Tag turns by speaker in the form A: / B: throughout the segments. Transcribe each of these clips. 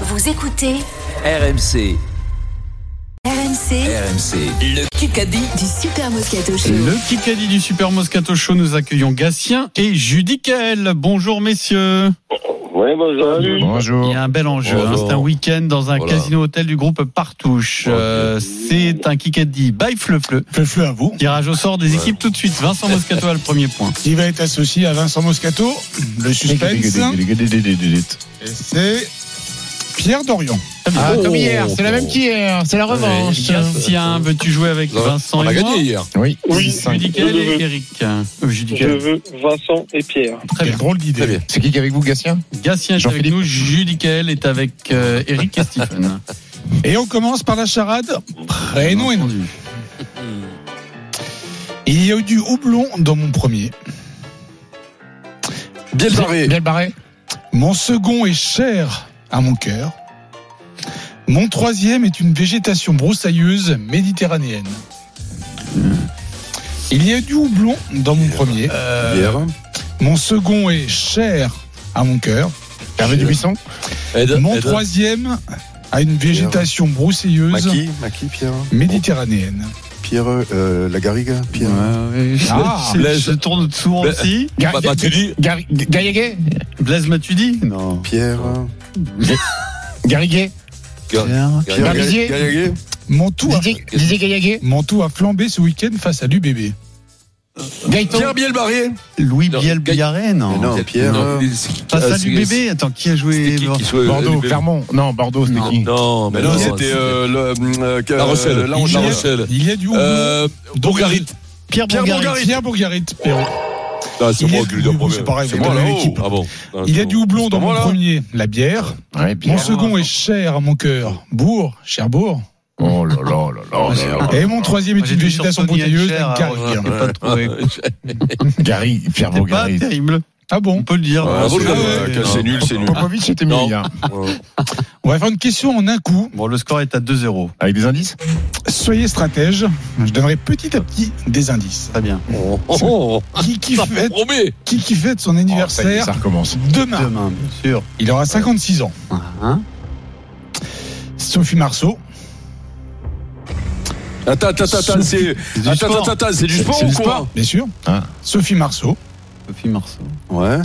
A: Vous écoutez
B: RMC,
A: RMC
B: RMC, le Kikadi.
A: du Super Moscato Show.
C: Le Kikadi du Super Moscato Show, nous accueillons Gatien et Judicaël. Bonjour messieurs.
D: Oui, bonjour.
C: Il y
E: Bonjour.
C: a un bel enjeu. hein.
E: Bonjour.
C: C'est un week-end dans un
E: Voilà.
C: casino-hôtel du groupe Partouche. Euh, C'est un Kikadi by Flefleu.
F: Fais-le à vous.
C: Tirage au sort des équipes tout de suite. Vincent Moscato a le premier point.
F: Qui va être associé à Vincent Moscato, le suspense. Et c'est Pierre Dorian.
E: Ah,
G: Oh,
E: comme hier, c'est la même
G: qu'hier, c'est la revanche.
C: Gatien, veux-tu jouer avec Vincent
E: On
C: et
E: a
C: moi
E: gagné hier.
F: Oui.
D: Oui,
C: Judicaël
D: je
C: et
D: veux.
C: Eric. Euh,
D: Je
C: Judicaël.
D: veux Vincent et Pierre.
C: Très bien.
F: Quelle drôle
E: Très
F: d'idée.
E: bien.
G: C'est qui qui est avec vous, Gatien
C: Gatien est avec
G: Jean-Philippe.
C: nous. Judicaël est avec euh, Eric et Stephen.
F: Et on commence par la charade. Prénom et nom.
C: Entendu.
F: Il y a eu du houblon dans mon premier.
E: Bien barré.
G: Bien barré
F: Mon second est cher à mon cœur. Mon troisième est une végétation broussailleuse méditerranéenne. Il y a eu du houblon dans mon premier.
E: Hier.
F: Mon second est cher à mon cœur.
G: Hervé Dubuisson
E: Aide,
F: Mon
E: aide.
F: troisième a une végétation broussailleuse
H: Maki, Maki, Pierre.
F: méditerranéenne.
H: Pierre, euh, la Garriga, Pierre.
F: Ah,
C: je,
E: Blaise.
C: je tourne souvent
E: Blaise.
C: aussi.
E: Bah, bah, tu dis.
G: Gari- G- Gailleguet
C: Blaise Matuidi Non.
H: Pierre.
G: Garriguet
H: Pierre
E: Gailleguet.
G: Barbizier.
H: Garriga.
F: Mantoue a,
G: Didier Didier Gailleguet
F: Mantoue a flambé ce week-end face à l'UBB.
G: Gaëtan
E: Pierre Bielbarré.
C: Louis
E: Non,
C: Biel
E: Ga-
C: Biarret, non.
H: Mais non. Pierre, euh,
C: Face à
E: c'est-
C: l'UBB, attends, qui a joué
E: C'était qui qui jouait
G: Bordeaux,
E: l'UBB?
G: Clermont Non, Bordeaux, c'était qui
E: Non, mais
H: Mais
E: non,
H: non,
E: c'était
H: c'était euh, le, euh,
E: La Rochelle.
H: euh, La Rochelle.
E: La
F: Hier.
E: Rochelle.
F: Il y a du houblon.
E: Euh, Bourgarit.
C: Pierre
E: Pierre
C: Bongaret.
E: Bongaret.
F: Pierre Bourgarit. Perrault.
E: Non, c'est
F: Il y
E: moi
F: a-
E: qui lui ai
F: oui,
E: promis.
F: c'est pareil,
E: C'est
F: c'est
E: moi
F: dans la
E: là-haut.
F: équipe.
E: Ah bon. Non,
F: Il y a
E: c'est
F: du
E: bon.
F: houblon dans
E: C'est moi,
F: mon
E: là.
F: premier, la bière.
G: Ouais,
F: Mon
G: Pierre.
F: second est cher à mon cœur, Bourg, Cherbourg.
G: Oh là là là là là là.
F: Et mon troisième
C: Moi,
F: est une
C: j'étais sur
F: végétation
C: Tony
F: broussailleuse,
C: Hatcher,
F: la
C: alors, je
F: Garrigue.
C: l'ai pas trouvé.
G: Gary, Pierre
C: C'était pas
G: Bogarry.
C: terrible.
F: Ah
C: On
F: bon
C: peut le dire.
E: Ah, bon,
H: c'est- Ah,
E: euh,
F: ouais.
E: que C'est nul, c'est nul.
G: Popovic, c'était
E: Non.
G: mieux hier.
F: On va faire une question en un coup.
C: Bon, le score est à 2-0.
G: Avec des indices
F: Soyez stratège. Je donnerai petit à petit des indices.
C: Très bien.
E: Oh, oh, oh.
F: Qui, qui,
E: Ça
F: fête,
E: promet.
F: qui, qui fête son
G: Oh, ça y est,
F: anniversaire
G: Ça recommence.
F: demain
C: Demain, bien sûr.
F: Il aura 56 ans.
C: Hein
F: Sophie Marceau.
E: Attends, attends, attends, c'est.
C: C'est du
E: Attends,
C: sport.
E: attends, attends, c'est du sport
F: C'est
E: ou
F: le
E: quoi
F: sport, Bien sûr.
G: Hein
F: Sophie Marceau,
C: Sophie Marceau.
H: Ouais.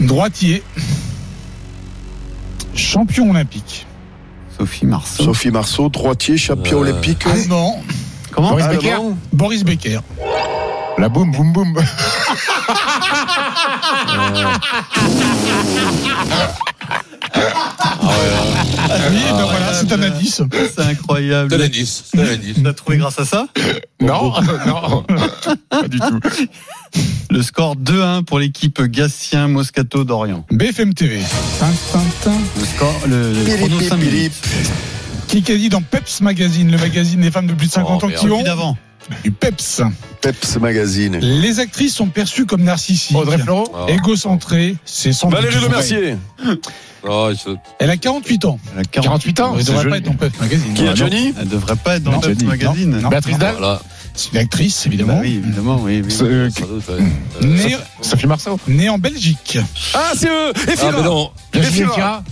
F: droitier, champion olympique,
C: Sophie Marceau.
H: Sophie Marceau, droitier, champion
E: Euh,
H: olympique.
F: allemand,
C: Comment
G: Boris
H: Ah, allemand.
G: Becker
F: Boris Becker.
G: La boum, boum, boum.
F: oui, ben
C: ah,
F: voilà,
C: ah,
F: c'est un
C: ben.
F: indice.
C: C'est incroyable.
E: C'est l'indice. C'est l'indice.
C: On a trouvé grâce à ça.
G: Non, non. Pas du tout.
C: Le score 2-1 pour l'équipe Gatien Moscato d'Orient.
F: BFM TV. Tin, tin, tin.
C: Le score, le, le chrono
H: Pirip,
C: 5 minutes.
H: pirip.
F: Qui qu'a dit dans Peps Magazine, le magazine des femmes de plus de 50
E: Oh,
F: ans qui
C: Celui
F: ont
C: d'avant.
F: du Peps.
H: Peps Magazine.
F: Les actrices sont perçues comme narcissiques.
G: Audrey Fleurot
E: Ah.
F: Égocentrées, c'est sans doute
E: Valérie Le
F: vrai.
E: Mercier. Ah, je-
F: Elle a 48 ans.
C: Elle a
G: 48 ans,
F: Elle
G: c'est
F: devrait pas
G: joli.
F: être dans Peps Magazine.
E: Qui est
F: Non,
E: Johnny
C: Ah, Elle devrait pas être dans
F: Non,
C: le
G: Johnny,
C: magazine.
F: non.
G: Béatrice Dalle
E: Voilà.
F: C'est une actrice,
C: Bah
F: évidemment.
C: oui, évidemment, oui. oui.
G: Ce-
E: Sans doute, ouais.
F: Née,
G: Sophie Marceau
F: née en Belgique.
E: Ah, c'est eux
H: Efira.
E: Ah, mais non
G: Virginie
E: Efira.
G: Efira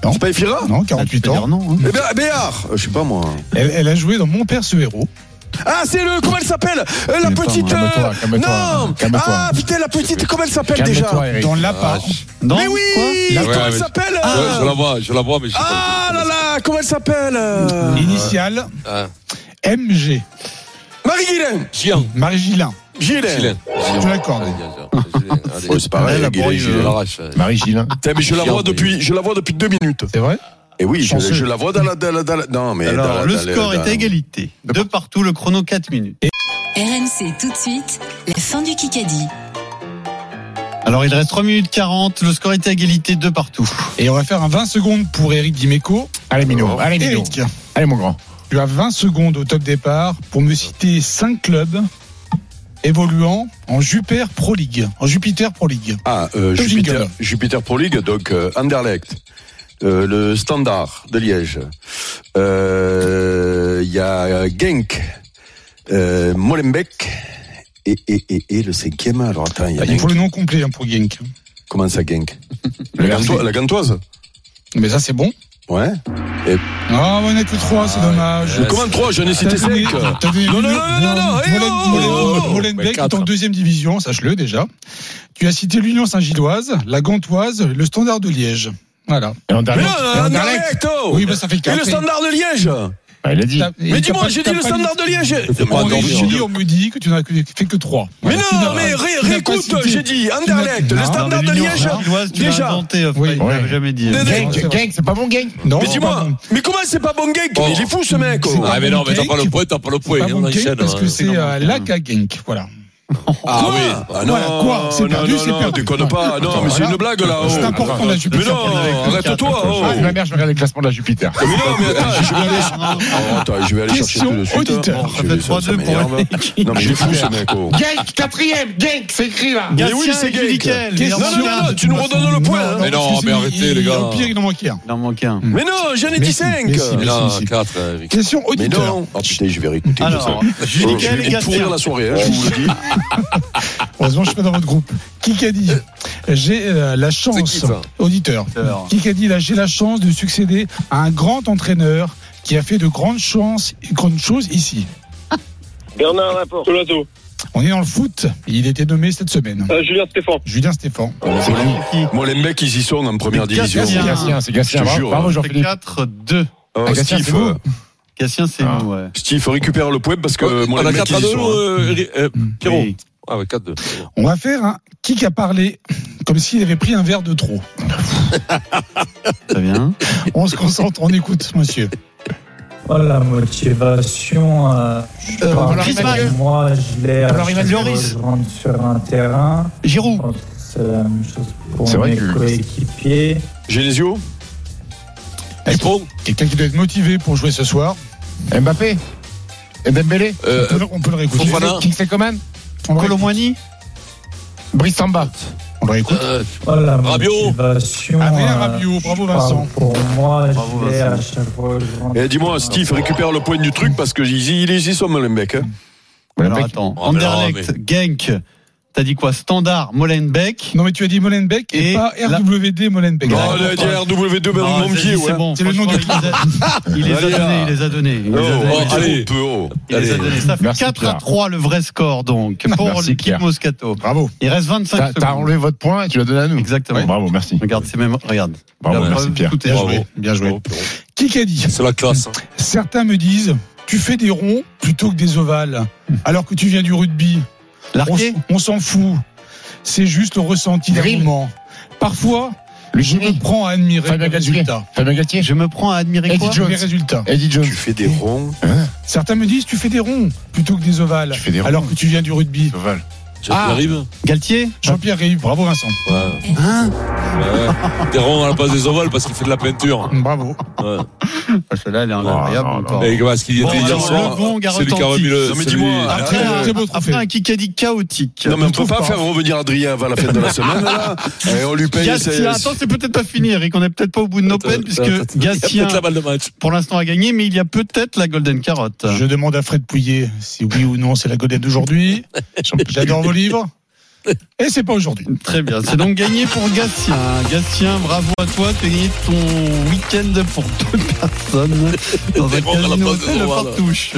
F: Non.
H: C'est pas Efira
F: Non,
C: Ah, tu
F: 48
C: peux dire
F: ans.
C: non, hein.
H: Eh bien, Béard. Euh, Je sais pas moi.
F: Elle, elle a joué dans Mon père ce héros.
H: Ah, c'est le. Comment elle s'appelle Euh, La
G: Mais attends,
H: petite. euh,
G: calme-toi, calme-toi,
H: Non
G: calme-toi.
H: Ah, putain, la petite. Comment elle s'appelle déjà
G: Calme-toi, Eric.
F: Dans l'appart.
C: Non,
H: Mais oui
C: quoi
E: La-
H: Comment
E: Ouais,
H: elle
E: ouais.
H: s'appelle
E: Je-
H: euh,
E: Je la vois, je la vois, mais je sais pas.
H: Ah là là Comment elle s'appelle euh,
F: Initiale
E: Ah.
F: MG.
H: Marie Guilain
E: Gillian.
F: Marie Gillin.
H: Gillet.
E: Gillian.
F: Je l'accorde.
H: Oh, c'est pareil,
E: la
H: la Guilain,
E: je
H: Gillian.
E: l'arrache.
G: Marie Gillin.
H: Putain, mais je la
E: Gillian,
H: vois depuis, je la vois depuis deux minutes.
F: C'est vrai
H: Et oui, je,
F: Chanceux.
H: je la vois dans la, dans la- dans la- Non, mais dans
C: Alors,
H: la-
C: le
H: dans la-
C: score
H: dans-
C: est à égalité. De partout, le chrono 4 minutes.
A: RMC tout de suite, la fin du Kikadi.
C: Alors, il reste 3 minutes 40. Le score est à égalité de partout.
F: Et on va faire un 20 secondes pour Eric Dimeco.
G: Allez, Mino. Allez, Mino.
F: Eric,
G: Allez, mon grand.
F: tu as 20 secondes au top départ pour me citer 5 clubs évoluant en Jupiter Pro League. En Jupiter Pro League.
H: Ah, euh,
F: Top
H: Jupiter,
F: Jingle.
H: Jupiter Pro League, donc euh, Anderlecht, euh, le Standard de Liège, euh, il y a euh, Genk, euh, Molenbeek, et, et, et, et le cinquième, alors attends, il y a
F: Ah, Il
H: Genk.
F: faut le nom complet hein, pour Genk.
H: Comment ça, Genk
G: Le
H: la, Gantoise, la Gantoise
F: Mais ça, c'est bon.
H: Ouais.
F: Ah, on en a que trois, c'est dommage.
E: ouais.
H: Comment trois J'en ai
F: T'as
H: cité
F: donné-
H: cinq.
F: t'as donné
E: Non, non,
F: le-
E: non, non, non, eh,
F: Molen-
E: oh,
F: Molen-
E: oh, oh, oh.
F: Molenbeek
E: Mais
F: est en
E: quatre.
F: deuxième division, sache-le déjà. Tu as cité l'Union Saint-Gilloise, la Gantoise, le Standard de Liège. Voilà.
G: Et Anderlecht.
E: Mais non,
G: Et
E: non,
G: Anderlecht.
E: Anderlecht, oh.
F: Oui, bah ça fait
E: Et
F: quatre.
E: le standard de Liège
G: Ah, il a dit.
F: T'as- et
E: Mais
F: t'as
E: dis-moi,
F: pas-
E: j'ai
F: t'as
E: dit le
F: pas
E: standard de Liège
F: On,
E: Attends,
F: me
E: mais-
F: dit, on me dit que tu n'en as que- fait que trois.
E: Mais
F: Tu n'as-
E: non, mais ré-
F: tu n'as pas
E: réécoute,
F: cité-
E: j'ai
F: tu
E: dit
F: n'as-
E: Anderlecht,
F: Non,
E: le
H: Ah,
C: Non, mais
E: standard de
C: l'Union
E: Liège
C: Saint-Gilloise, tu l'as
E: Déjà.
C: inventé, euh,
F: Oui.
C: Fred, tu l'avais
G: Ouais.
C: jamais dit.
E: Mais-
G: Genk,
F: c'est vrai.
G: Genk, c'est pas bon, Genk.
F: Non,
E: Mais
F: c'est
E: dis-moi,
F: pas bon.
E: mais comment c'est pas bon gag Oh. Mais il est fou ce mec oh.
F: C'est pas
E: Ah, mais
F: bon
E: non, mais t'as
F: gag.
E: pas le point, t'as pas le point,
F: Pas
E: hein,
F: bon
E: on
F: cake,
E: enchaîne,
F: parce
E: hein.
F: que c'est
C: comment
F: euh,
C: on fait,
F: la
C: hein.
F: Genk. Voilà.
E: Ah
F: Quoi
E: oui, ah non,
F: Voilà, quoi C'est
E: non,
F: perdu,
E: non,
F: c'est
E: non,
F: perdu.
E: déconne pas, non,
F: Attends,
E: mais c'est
F: voilà.
E: une blague là.
F: C'est
E: oh.
F: important, la
E: Mais
F: Jupiter.
E: non, arrête-toi. oh.
G: Ah, ma mère, je regarde le classement de la Jupiter.
E: Mais non, mais attends, je vais aller.
C: Ah,
H: Oh, attends, je vais aller chercher
F: Question
H: tout de suite. hein.
F: auditeur.
H: Oh,
C: Ça
H: je
C: fait
H: vais- ça-
C: 3-2
H: ça
C: pour
H: m'énerve. Non, mais il est fou ce mec. oh.
G: Genk, quatrième. Genk, c'est écrit là.
E: Mais oui, c'est Genk.
F: Question-
E: Non, non, non, non, tu nous redonnes le point. hein.
F: parce
E: Mais non,
F: que
E: mais
F: c'est-
E: arrêtez,
F: il-
E: les gars.
F: Au pire, il en manquait un.
C: Il en manque un.
E: Mais non, j'en ai
F: Mais
E: dit
F: si,
E: 5
F: mais si, mais
E: Non,
F: si, si.
E: 4 avec.
F: Question
H: Mais
F: auditeur.
H: non. Oh putain, je vais réécouter. tout ça.
C: Alors,
H: Oh,
C: Judicaël
H: Je vais
C: et
H: vous pourrir
C: Gatien.
H: la soirée, hein, je vous le dis.
F: Heureusement, je suis pas dans votre groupe. Kikadi, j'ai euh, la chance,
E: qui, ça
F: auditeur.
C: Alors.
F: Kikadi, là, j'ai la chance de succéder à un grand entraîneur qui a fait de grandes chances et grandes choses ici.
D: Bernard Laporte. Colato.
F: On est dans le foot. et Il était nommé cette semaine.
D: Euh, Julien Stéphane.
F: Julien Stéphane.
H: Moi, les mecs, ils y sont en première
C: Mais
H: division.
G: C'est Gatien, c'est Gatien.
H: Je te
G: Bravo,
H: jure,
G: Bravo,
H: hein.
G: Jean-Philippe.
C: 4-2.
H: Oh,
G: Ah, Gatien, c'est
H: Steve,
G: vous.
H: euh,
C: Gatien, c'est
G: Ah.
C: nous, ouais.
H: Steve, récupère le point parce que
E: On
H: moi,
E: a
H: les mecs,
E: 4 à
H: ils
E: 2,
H: y sont. hein.
E: Pierrot.
C: Oui.
E: Ah ouais, 4 2.
F: On va faire un qui a parlé comme s'il avait pris un verre de trop.
C: Très bien.
F: On se concentre, on écoute, monsieur.
I: Voilà, Oh, la motivation, euh, je
G: Euh,
I: pense
G: alors,
I: que
G: Emmanuel.
I: moi, je l'ai
G: Alors,
I: acheté
G: Emmanuel
I: de
G: Loris.
I: rendre sur un terrain. Je
G: Giroud.
I: pense que c'est la même chose
G: C'est
I: pour
G: vrai
I: mes
G: que-
I: coéquipiers.
H: Genesio
E: Dupont,
F: Quelqu'un qui doit être motivé pour jouer ce soir.
G: Mbappé. Et Dembélé.
E: euh,
F: On peut le- on peut le réécouter.
E: Fofana.
G: Kingsley Coman.
F: On le réécoute.
C: Colomboigny
G: Brice Samba.
F: On le réécoute.
E: euh,
I: Voilà, Oh, la
E: Rabiot.
I: motivation.
F: Adrien
I: euh,
F: Rabiot, bravo
I: je pense
F: Ah, Vincent.
I: Pour moi,
C: Bravo,
I: je l'ai
C: Vincent.
I: à chaque fois. que je rentre
H: Eh, dis-moi,
I: sur un
H: Steve, récupère le point du truc parce que ils y, ils y sont, les mecs. hein.
C: Alors
G: Molenbeek.
C: attends.
E: Ah, mais non,
C: Anderlecht, Genk. T'as dit quoi Standard, Molenbeek.
F: Non, mais tu as dit Molenbeek et,
C: Et
F: pas
C: la-
F: RWD Molenbeek.
H: Non,
F: D'accord.
H: on a dit RW2, ben,
C: Non,
H: on me
C: Ah, vas-y,
H: dit, ouais.
C: C'est bon.
F: C'est le nom
C: Franchement, Il les a
H: Allez,
C: donnés,
H: là.
C: il les a donnés. Il les
H: Oh,
C: a donnés.
H: oh,
E: allez.
H: allez, on peut, oh.
C: Il les a
H: Allez.
C: donnés. Ça fait
G: Merci,
C: 4 à
G: Pierre.
C: 3 le vrai score donc pour
G: Merci,
C: l'équipe
G: Pierre.
C: Moscato.
G: Bravo.
C: Il reste 25
G: T'as
C: secondes.
G: t'as enlevé votre point et tu l'as donné à nous.
C: Exactement.
G: Ouais, Bravo, merci.
C: Regarde, c'est même regarde.
G: Bravo,
C: La
G: merci
C: preuve,
G: Pierre.
C: Tout est
E: Bravo.
C: joué.
F: Bien joué.
E: Pierrot, Pierrot.
F: Qui qu'a dit
E: C'est la classe. hein.
F: Certains me disent tu fais des ronds plutôt que des ovales, alors que tu viens du rugby. On,
C: Larqué
F: s- on s'en fout. C'est juste le ressenti d'un
G: Drill.
F: moment. Parfois, je
G: Lucini.
F: me prends à admirer
G: Fabien
F: les
G: Galtier.
F: résultats.
G: Fabien Gatier.
C: Je me prends à admirer
G: Eddie
C: quoi
G: Jones.
F: Les résultats.
G: Eddie Jones.
H: Tu fais des ronds.
F: Certains me disent tu fais des ronds plutôt que des ovales,
G: Tu fais des ronds.
F: alors que tu viens du rugby.
G: Oval.
E: Jean-Pierre Rive.
C: Galtier
F: Jean-Pierre Rive, bravo Vincent.
E: Ouais. Ouais. T'es rond à la place des ovales parce qu'il fait de la peinture.
F: Bravo.
E: Ouais.
C: Ah, Celle-là, elle est incroyable
G: non,
C: encore.
E: Et parce qu'il y
C: Bon,
E: était hier
C: alors,
E: soir.
C: le gong a
E: C'est lui qui a
C: retenti.
E: remis le.
H: Non, mais
E: c'est
H: dis-moi,
E: lui-
H: Ah,
C: Après,
H: très
C: un-
F: très beau trophée.
C: après un Kikadi chaotique.
H: Non, mais on
F: trouve
H: peut pas
F: pas.
H: faire revenir Adrien avant la fin de la semaine, là. Et Eh, on lui paye. c'est-
C: Gatien, attends, c'est peut-être pas fini, Eric. On n'est peut-être pas au bout de nos peines, puisque
E: Il y a
C: Gatien,
E: peut-être la balle de match.
C: pour l'instant, a gagné, mais il y a peut-être la Golden Carotte.
F: Je demande à Fred Pouillet si oui ou non c'est la godette d'aujourd'hui. J'adore vos livres. Et c'est pas aujourd'hui.
C: Très bien. C'est donc gagné pour Gatien. Gatien, hein, bravo à toi. Tu as gagné ton week-end pour deux personnes dans un
E: Vraiment, à la
C: casino
E: place de
C: hôtel
E: Zorro, là.
C: Partouche.